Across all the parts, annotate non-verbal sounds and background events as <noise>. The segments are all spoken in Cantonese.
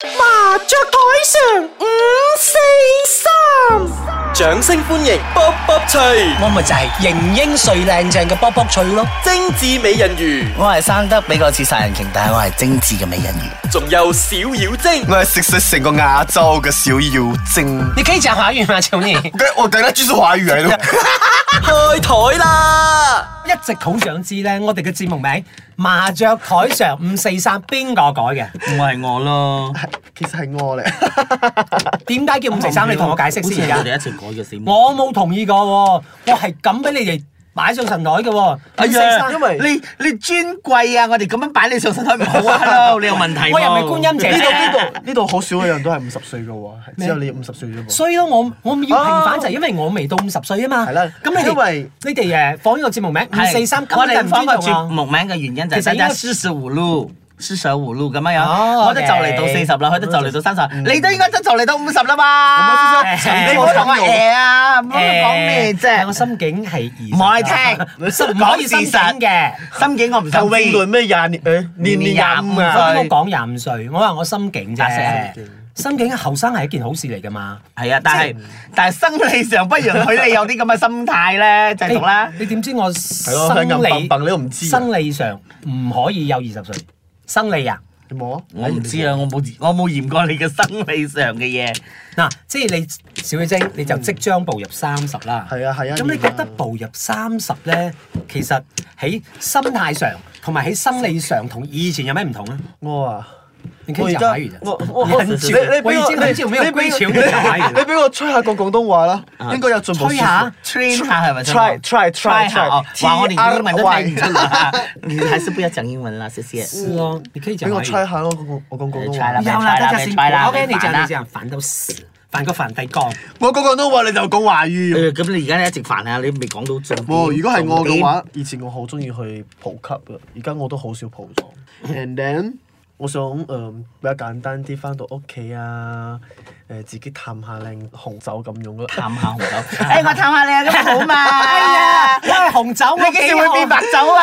雀啊台上五四三，掌聲歡迎卜卜脆，我咪就係型英帥靚正嘅卜卜脆咯，精緻美人魚，我係生得比較似殺人鯨，但係我係精緻嘅美人魚。仲有小妖精，我係食食成個亞洲嘅小妖精。你可以講華語嘛，少 <laughs> 年？一我我等下專屬華語嚟咯。開台啦！直好想知咧，我哋嘅節目名《麻雀台上五四三》邊個改嘅？唔係我咯，其實係 <laughs> 我嚟，點解叫五四三？ <laughs> 你同我解釋先好而似我哋家。一齊改嘅死我冇同意過喎，我係咁俾你哋擺上神台嘅喎。哎五四呀，三因為你你尊貴啊！我哋咁樣擺你上身台唔好 <laughs> 啊，hello，你有問題喎我又唔係觀音姐呢姐度呢 <laughs> 度呢度好少嘅人都係五十歲嘅喎，只有你五十歲啫噃。所以咯，我我要平反就係因為我未到五十歲啊嘛。係啦咁你哋因為你哋誒放呢個節目名五四三，我咁你哋唔放個尊重節啊。目名嘅原因就其係實大應該家四捨五入，四捨五入咁樣樣。哦我都就嚟到 OK 嗯四十啦，佢都就嚟到三十，你都應該都就嚟到五十啦嘛。冇思想你唔好同我誒啊，唔好講咩我啫。心境係唔二愛十啊，聽，唔可以心講事境實。嘅。心境我唔受就威永。論咩廿年誒年年廿五我啊！都冇講廿五歲，我話我心境啊心啫。心境後生係一件好事嚟㗎嘛。係啊，但係但係生理上不容許你有啲咁嘅心態咧，繼續啦誒。你點知我咯生佢硬理崩崩你都唔知啊生理上唔可以有二十歲，生理啊！你冇啊？我唔知啊，我冇我冇驗過你嘅生理上嘅嘢。嗱，即係你小女精，你就即將步入三十啦。係啊係啊咁你覺得步入三十咧，其實喺心態上同埋喺生理上同以前有咩唔同啊？我啊，你可我以而講華家語的我我你我很久你你我俾已我經很久沒有你歸你求你講華語你了。俾我吹下個廣東話啦，應該有進步。吹下 train 下係咪 Try- try- try- 下 try 哦哇！我連 T R 英文都睇唔出啦， <laughs> 你還是不要講英文啦，謝謝。是哦，你可以講俾華我語吹下咯，我我講廣東你話吹。要拜拜啦啦，大家辛苦拜拜啦我跟你拜拜講，啦你這樣煩到死，煩過梵蒂岡。我講廣東話，你就講華誒，語。咁你而家一直煩啊，你未講到重點。冇，哦如果係我嘅重話，以前我好中意去普及嘅，而家我都好少蒲咗。And then 我想誒、呃比較簡單啲，翻到屋企啊，誒、自己探下靚紅酒咁用咯。點，探下紅酒。誒，我探下你啊，咁好嘛？喂，紅酒，你我幾幾時會會變變白白？酒啊？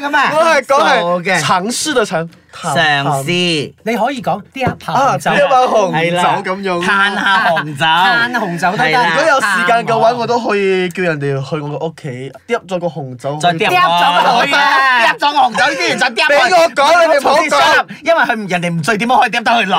咁啊， <laughs> 我係講係傻嘅嘗試嘅嘗，探嘗試。你可以講啲啊，啊，紅即酒。係話紅係啦酒咁用。嘆下紅 <laughs> 酒，嘆紅酒都得係啦如果有時間嘅探話，我我都可以叫人哋去我嘅屋企，揼咗個紅酒。再掉去啊咗啊佢啦，掉咗紅酒之前再掉。俾我講你哋唔好講，因為佢人哋唔醉，點樣可以掉得佢落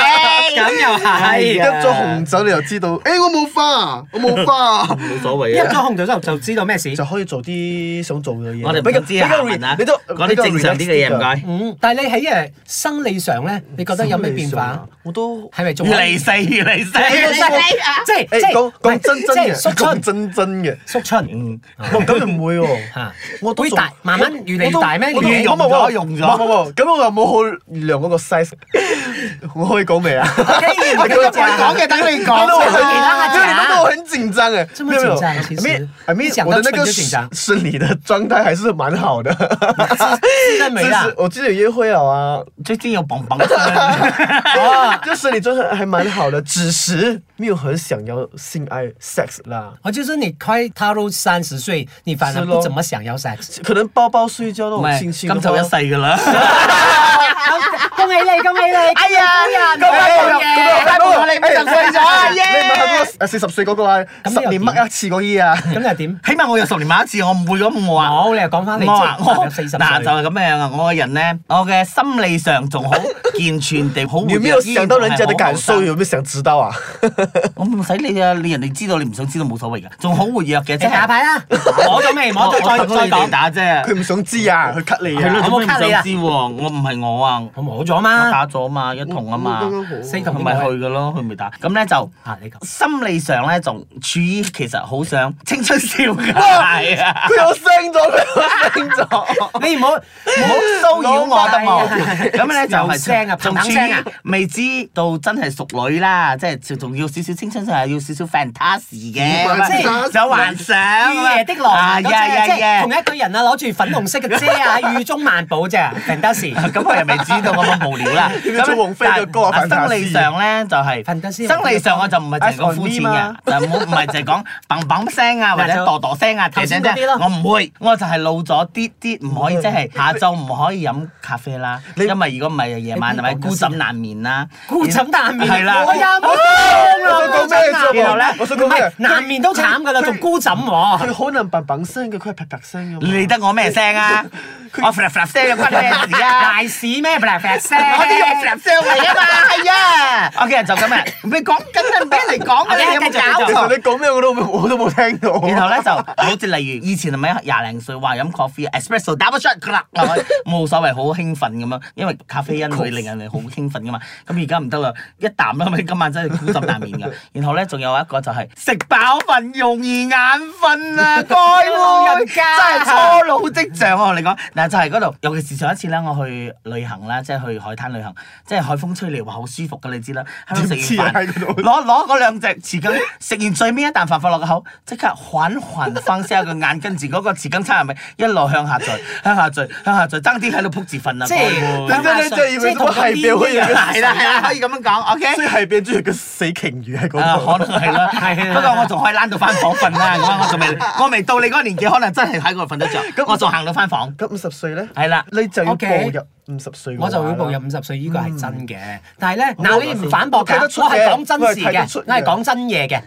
咁又係，揼咗紅酒，你又知道，誒、我冇花，我冇 <laughs> 花。冇所一謂咗。紅酒之後就知道咩事就。可以做啲想做嘅嘢。我哋比較唔知啊，比較文啊，你都講啲正常啲嘅嘢唔。該。嗯，但係你喺誒生理上咧，你覺得有咩變化？？我都係咪仲越嚟細越嚟係細。即係誒即係講講真真即嘅，係縮講春真真嘅。縮春嗯，咁咁又唔會喎嚇，我都會仲啊大慢慢越嚟越大咩我都年紀我都用咗我用咗冇冇冇，咁我又冇去量嗰個 size，我可以講未啊？ ，OK，我我跟你講嘅等你講因為我很你讓他講因為你们都很緊張誒，這麼緊張其實因為一講到我的那蠢個就緊張生理的狀態還是蠻好的。自認為啦就是我之前約會好啊，最近有蹦蹦聲，啊就是你真的还蛮好的，只是没有很想要性爱 sex 啦，我就說你快踏入三十歲，你反而是不咯怎麼想要 sex。 <laughs> 可能抱抱睡覺那唔种係親親的話。咁就一世噶啦。恭喜你，恭喜你！ <laughs> 哎呀人咁哎樣好嘢咁樣我哋五十歲咗啊你耶唔係嗰個哎四十歲嗰個啊，咁十又點年乜一次嗰啲啊？咁又點？起碼我有十年買一次，我唔會咁我啊。冇，你又講翻你我啊，我有四十歲，嗱就係咁樣啊！我個人咧，我嘅心理上仲好健全地好活躍。你有沒有想到人家的感受？依然有沒有想知 <laughs> 道啊？係好後生？我唔使理啊！你人哋知道，你唔想知道冇所謂噶，仲好活躍嘅。即你打牌啦，攞咗未？攞咗再再講講。打啫。佢唔想知啊，佢 cut 你 <laughs> 係咯，啊！做咩唔我冇卡你啊想知喎？我唔係我啊，我冇咗我嘛，打咗嘛，一筒啊嘛，四佢同咪去嘅咯，佢咪打。咁咧就。啊，你講。心理上咧，仲處於其實好想青春少嘅，係啊，佢又升咗，佢又 <laughs> 升咗。你唔好唔好騷擾我得冇。咁咧就有係聲啊仲砰砰處聲啊於未知道真係熟女啦，即係仲要少少青春，係要少少 fantasy 嘅，即嗯係有幻想雨夜的浪啊漫咁呀啫，呀即係呀同！一個人啊， <laughs> 攞住粉紅色嘅遮啊，雨中漫步啫，平得時。 <laughs> 咁佢又未知道我咁無聊啦，咁蘇永輝嘅歌啊但但生范達斯理上咧就係 Fantasy 生理上我就唔係淨係講膚淺 That's on me 嘛嘅，就唔好唔係淨係講砰砰聲啊，或者嗱就墮墮聲啊、頭嗲先聲嗰啲咯啫。我唔會，我就係老咗啲啲，唔可以即係下晝唔可以飲咖啡啦，你因為如果唔係夜晚係咪你邊講孤枕難眠啦？孤枕難眠係啦。我呀冇我想講咩啫然後咧我想講唔係咩？難眠都慘㗎啦，仲孤枕喎。佢可能砰砰聲嘅，佢係啪啪聲嘅嘛。理得我咩聲 <laughs> 啊？我 flap flap 聲有關咩事 <laughs> 啊？大屎咩？啪啪聲。我啲係 flap 聲嚟啊嘛，係啊。OK <laughs> 就咁啊，你講緊係俾人嚟講嘅，啊你有繼續冇繼搞續其錯實？你講咩我都冇我都冇聽到。 <laughs> 然後咧就好似例如以前係咪廿零歲話飲 coffee espresso double shot 㗎啦，係 <laughs> 咪冇所謂好興奮咁樣，因為咖啡因會令人哋好興奮噶嘛。咁而家唔得啦，一啖啦，咪今晚真係孤枕難眠 <laughs> 㗎。然後咧仲有一個就係食飽瞓容易眼瞓 <laughs> 啊，該老會人真家係初老跡象啊！我同你講，嗱就係嗰度，尤其是上一次咧，我去旅行啦，即係去海灘旅行，即係海風吹嚟話好舒服㗎，你知啦。喺度食完點飯知喺嗰度攞攞嗰兩隻匙羹，食完最尾一啖飯放落個口，即刻緩緩放下個眼，跟住嗰個匙羹叉係咪一路向下墜，向下墜，向下墜，爭啲喺度撲字瞓啊！即係你真係真係以為即係同個乜係表一樣係啦係啦， <laughs> 可以咁樣講，OK 所。以係變咗有個死鯨魚喺 À, 啊，嗰可度。能係啦，係啊不過我仲可以躝到翻房瞓 <laughs> 啦，我我仲未，我未到你嗰個年紀，可能真係喺嗰度瞓得着。咁我仲行到翻房，咁五十歲咧？係啦，你就要 OK 步入五十歲嘅話我啦。就會步入五十歲，呢個係真嘅。但係咧，我嗱你唔反駁我睇㗎，得出我係嘅講真我係事睇得出嘅，我係嘅講真嘢嘅，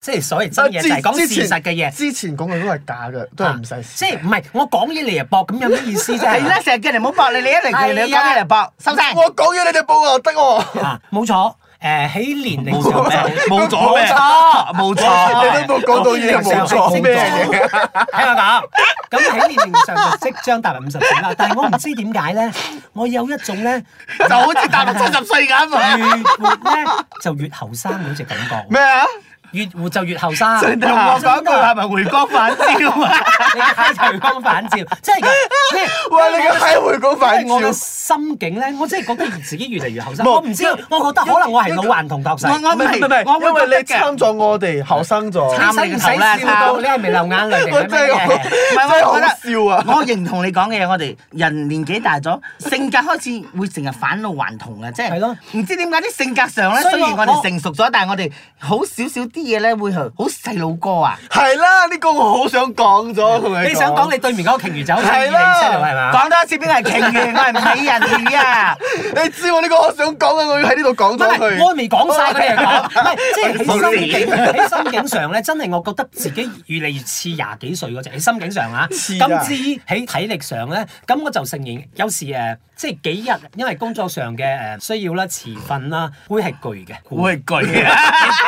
即係所謂真嘢啊就係之講之前事實嘅嘢。啊之前講嘅都係假嘅，À, 都係唔使。即係唔係我講嘢你又搏，咁有咩意思啫？係啦，成日叫人唔好搏你，你一嚟叫你係講啊嘢嚟搏，收聲。 <laughs> 我講嘢你哋報我得喎，啊，冇錯。誒喺年齡上冇咗咩？冇你都 Dạ. 錯，冇講到嘢冇錯咩嘢。睇我講，咁喺年齡上就即將踏入五十歲啦。但係我唔知點解咧，我有一種咧就好似大陸七十歲咁啊！越活咧就越後生嗰只感覺，咩啊？越活就越後生。你同我講句係咪回光返照啊？你係回光返照，真係㗎。你喂，你嘅閪回光返因為我嘅照。心境咧，我真係覺得自己越嚟越後生。冇我唔知，我覺得可能我係老頑童託世。我我唔係唔係我唔係，因會覺為得你嘅參咗我哋，後生咗。慘你使唔使笑到？你係咪流眼淚我 <laughs> 嚟真嘅係好咩？唔係，我覺真係好笑得啊！我認同你講嘅嘢，我哋人年紀大咗，性格開始會成日返老還童啊，即係係咯唔知點解啲性格上咧，所以雖然我我哋成熟咗，但係我哋好少少啲嘢咧會係好細路哥啊。係啦，呢個我好想講咗，同嗯你想講你對面嗰個鯨魚就好似係你出啦嚟係嘛？講多一次邊個係鯨魚，我係美人魚啊！你知我呢個我想講嘅，我要喺呢度講唔係咗唔係，我佢。未講晒嗰啲嘢講，唔係即係喺心境喺心境上咧，真係我覺得自己越嚟越似廿幾歲嗰只喺心境上啊。似啊咁至於喺體力上咧，咁我就承認有時誒，即係幾日因為工作上嘅誒需要啦、遲瞓啦，會係攰嘅，會攰啊！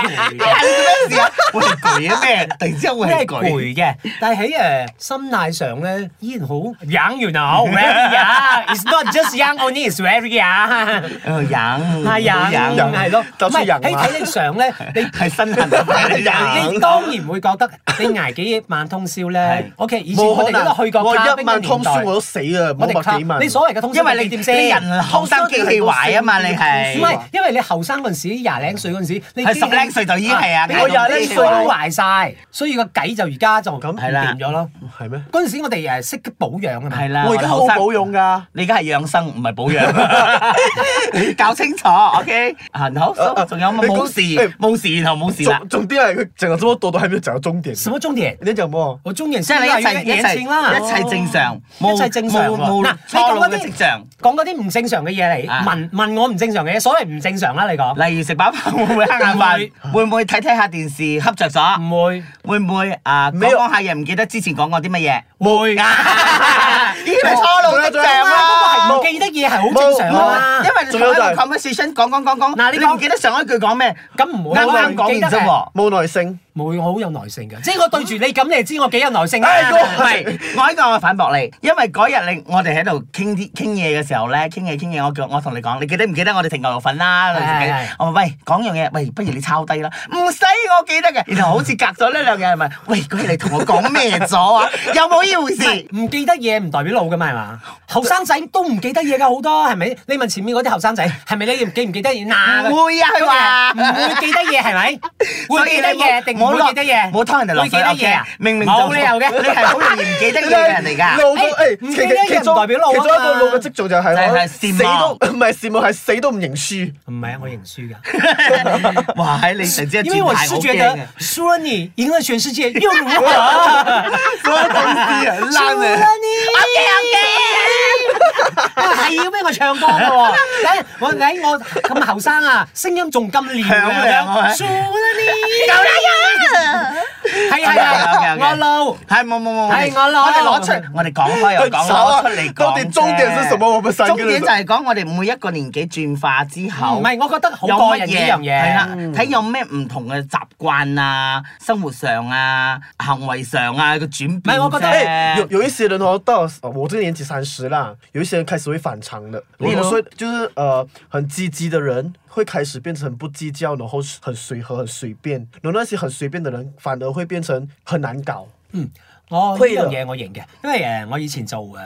攰嘅。你做咩事啊？會攰啊咩？突然之間會咩係係攰。攰嘅，但係喺誒心態上咧，依然好 young you know，very young，it's not just young only，it's very young。誒 <laughs> 忍，係忍人，係咯，就唔係算人嘛喺體力上咧，你係身痕啊！你當然會覺得你捱幾晚通宵咧係。 OK，以前我哋 à? 都去過我 club 一晚通宵我嘅都死啊！年代冇話幾我哋 club，晚。你所謂嘅通宵因為你幾點點先？你人後生機器壞啊嘛，你係唔係，因為你後生嗰陣時，廿零歲嗰陣時，你係十零歲就已 À, 經係啊我廿零歲都你壞晒，所以個計就而家就咁係啦掂咗咯。係咩？嗰陣時我哋誒識保養啊嘛，係啦，我而家好後生保養㗎。你而家係養生唔係保 <laughs> 養，搞清楚，OK？行好啊啊，仲有冇你冇講事誒？冇事，然後冇事啦重。重點係佢整個直播到到還沒有講到重點。什麼哦終點？你講冇？我中年即係你一齊年一輕齊啦，一切正常，一切正常喎冇嗱冇你初老講嗰嘅啲跡象。講嗰啲唔正常嘅嘢嚟，啊問問我唔正常嘅嘢，所謂唔正常啦，你講例如食飽飯會唔會黑眼唔瞓？會唔會睇睇下電視瞌着咗？唔會會唔會啊講沒有講下嘢唔記得之前講過 <laughs> 啲乜嘢？ <laughs> 會啊呢個係初老跡象嗰啦個係唔。記得嘢係好正常啊因嘛，為你仲同有一就個係 conversation 講講講講，嗱嗱你你講唔記得上一句講咩？咁唔會啱我啱唔講記得完嘅啫喎。冇耐性。冇我好有耐性嘅，即係我對住你咁，你就知我幾有耐性啦。哎唔係，我呢個我反駁你，因為嗰日你我哋喺度傾啲傾嘢嘅時候咧，傾嘢傾嘢，我叫我同你講，你記得唔記得我哋食牛肉粉啦？係係係我話喂，講樣嘢，喂，不如你抄低啦，唔使我記得嘅。然後好似隔咗呢兩日，係咪？喂，嗰日你同我講咩咗啊？有冇呢回事？唔記得嘢唔代表老噶嘛，係嘛？後生仔都唔記得嘢㗎，好多係咪？你問前面嗰啲後生仔係咪你記唔記唔記得嘢？嗱，唔會啊佢話 <laughs> 唔會記得嘢係咪？會記得嘢定唔好落唔會記得嘢唔好拖人哋落會水記得嘢 OK 啊！明明就冇理由嘅你係好容易唔記得嘢嘅人嚟㗎。路哎唔誒記得其人其中代表路啊其中一個嘛路嘅跡象就係就我係死羨慕都唔係羨慕，係死都唔認輸。唔係啊，我認輸㗎。哇！喺你突然之間因為轉我態是好覺驚嘅得，輸了你，贏了全世界又如何？輸了你，係要俾我唱歌嘅 <laughs> 喎，等我睇我咁後生啊，聲音仲咁靚響亮啊嘅，輸了你， <laughs> 夠啦呀！係啊係啊， OK，OK，OK 我路係冇冇冇，我哋係我咯我哋攞出嚟，我哋講 <laughs> 開又講，手啊攞出嚟講啫到底終點是什麼我們三個終人點就係講我哋每一個年紀轉化之後，唔係，我覺得好有過癮乜呢嘢樣嘢。嗯係啦，睇有咩唔同嘅習慣啊、生活上啊、行為上啊個轉唔變啫。係我覺得哎、有有一些人哦，到我这个年纪三十啦，有一些人开始会反常的。我例如我说就是呃，很积极的人会开始变成很不计较，然后很随和、很随便。然后那些很随便的人，反而会变成很难搞。嗯，我呢推樣啦嘢我認嘅，因為誒、呃我以前做誒。呃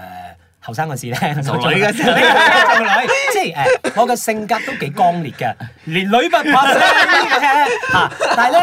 後生嗰時咧，<laughs> 做女嘅時候做女，即係誒、呃我嘅性格都幾剛烈 <laughs> 嘅，連女不怕聲嘅嚇。但係咧，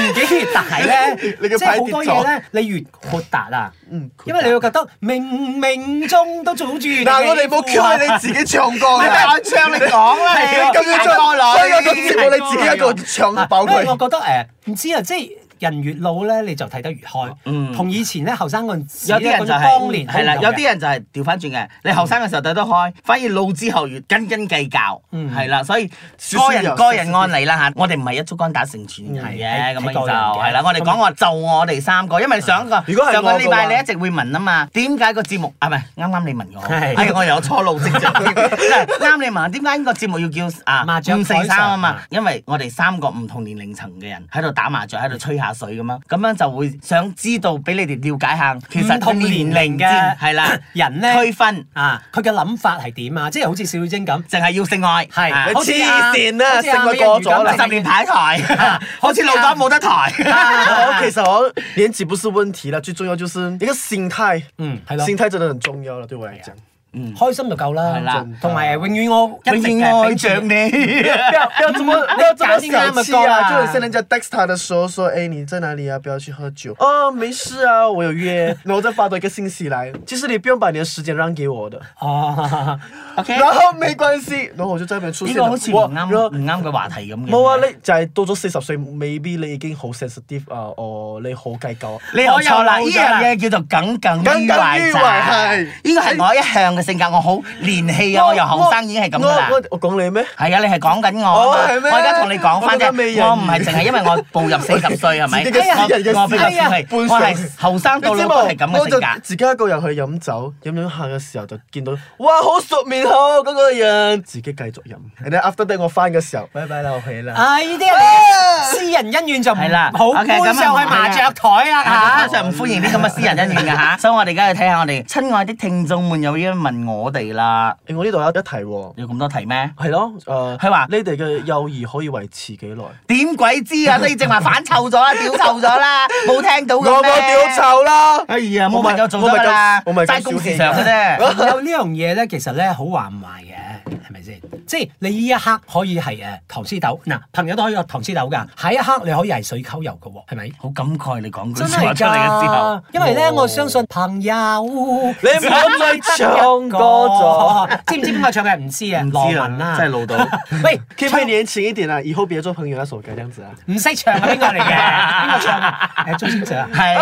年紀越大咧， <laughs> 你嘅即係牌好跌咗多嘢咧，你越豁達啊。嗯因為你會覺得冥冥中都早住你。嗱，我哋冇 Q 你自己唱歌啊你嘅。我唱你講啦，你咁樣唱，所以我都節目啊你自己一個啊唱爆因為我佢。覺得誒，呃唔、知啊，即係人越老咧，你就睇得越開。嗯同以前咧後生嗰陣時有啲咧人嗰就種係剛烈好唔係啦，同有嘅啲人就係調翻轉嘅。你後生嘅時候睇得開，反而老之後越斤斤計較，嗯係啦，所以少少個人有個人按你啦嚇。我哋唔係一竹竿打成船人嘅，係咁樣睇就個人嘅係啦。我哋講我就我哋三個，因為上個如果係上個我嘅禮拜話你一直會問啊嘛，點解個節目啊唔係啱啱你問我，係哎我有初老跡 <laughs> 象，啱你問點解個節目要叫啊麻雀五四台三啊上嘛啊？因為我哋三個唔同年齡層嘅人喺度打麻雀，喺度吹下水咁樣，咁樣就會想知道俾你哋了解下，其實唔同年嗯年齡齡嘅嘅係啦 <coughs> 人呢區分，啊，佢嘅諗法係點啊？即係好似小晶咁，淨係要性愛係啊你好似啊黐線啦好似啊性愛過咗啦美人魚咁十年牌台啊，好似老咗冇得 <laughs> 台。 <laughs> 我其實我年紀不是問題啦，最重要就是一個心態。嗯係咯心態真的很重要啦，對我嚟講。開心就夠啦。係啦同埋永遠我一永直遠嘅愛秉持着你。不要不要这么不要这么小气你搞定他们啊！啦就有些人家 text 他的时候说，哎，你在哪里啊？不要去喝酒。哦，没事啊，我有约。 <laughs> 然后再发多一个信息来，其实你不用把你的时间让给我的，哦， <laughs> OK，然后没关系，然后我就在那边出呢现個了。好似唔我啊然啱後唔啱嘅話題咁嘅。冇啊，你就係到咗四十歲，maybe 你已經好 sensitive 啊，哦，你好計較啊。你我錯啦，呢我錯啦樣嘢叫做耿耿耿耿於於懷懷咋。係呢個係我一向嘅性格，我好年氣啊，我由後生已經係咁噶啦我。我我講你咩？係啊，你係講緊我啊嘛，哦係咩我而家同你講翻啫，我覺得未人我唔係淨係因為我步入四十歲係咪？哎自己嘅私人嘅我我比較私人小氣半我歲係後生到老都係咁我嘅性就格。自己一個人去飲酒，飲飲下嘅時候就見到，哇，好熟面口嗰個人，自己繼續飲。And then after that 我翻嘅時候，拜拜啦，我去啦。啊呢啲人私人恩怨就唔係啊啦好 OK，搬咁啊上去麻 <laughs> 雀台啊！啦就嚇。唔歡迎啲咁嘅私人恩怨嘅嚇，所以我哋而家去睇下我哋親愛的聽眾們有啲問我哋啦，誒我呢度有一題喎。有咁多題咩？係咯，誒、佢話你哋嘅友誼可以維持幾耐？點鬼知啊！所以正話反臭咗啦，屌臭咗啦，冇聽到嘅咩？臭啦！哎呀，冇我咪朋友做咗㗎啦，我咪咁齋公事上 <laughs> 嘅啫。有呢樣嘢咧，其實咧好話唔壞嘅，係咪先？即係你呢一刻可以呃係誒糖絲豆，嗱朋友都可以有糖絲豆㗎，下一刻你可以係水溝油嘅喎，係咪？好感慨你講句真説話係出嚟嘅時㗎候，，因為咧，哦我相信朋友。你唔好再唱歌咗。知唔知邊個唱嘅？唔知啊，唔羅知啦文啦，真係老 <laughs> 到。喂，可唔可以年輕一點啊？以後別做朋友那首歌，這樣子啊。唔識唱係邊個嚟 <laughs> 嘅？邊個唱啊？誒，周星哲啊。係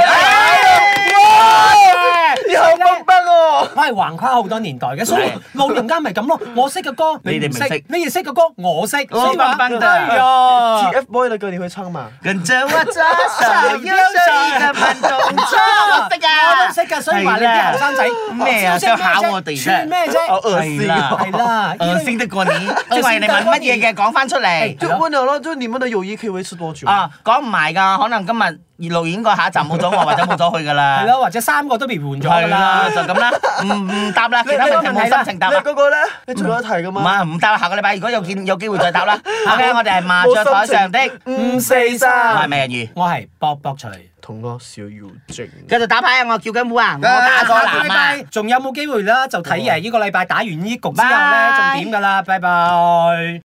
哇！你好蹦蹦哦！我係橫跨好多年代嘅，所以係老人家咪咁咯。我識嘅歌 <laughs> 你哋唔唔識你哋識嘅歌我識，我所以話笨笨地哎呀 TFBOY 嘅歌你會唱嘛？跟着我左手右手的慢動作，我識啊，我都識㗎，所以話你係啦啲後生仔咩知啊唔知想考咩啫我哋啫算咩好啫？惡心係啦哦！係啦，呢誒類先得過你，即係話你問乜嘢嘅講翻出嚟。就問咗咯，就你們的友誼可以維持多久？啊，講唔埋㗎，可能今日二路演過下一站冇咗我，或者冇咗佢㗎啦。係咯，或者三個都被換咗係㗎啦，啦。就咁啦，唔唔答啦，其他問題冇心情答你啦。嗰個咧，你仲有一題噶唔嘛？係唔答啦，下個禮拜如果有見有機會再答啦。OK，我哋係麻雀台上的，五嗯四我係三，美人魚。我係卜卜脆。同我小妖精。繼續打牌啊！我叫緊烏啊，我打下個禮咗藍啊拜。啊仲有冇機會啦？就睇誒呢個禮拜打完呢局之後拜咧，仲點㗎啦？拜拜。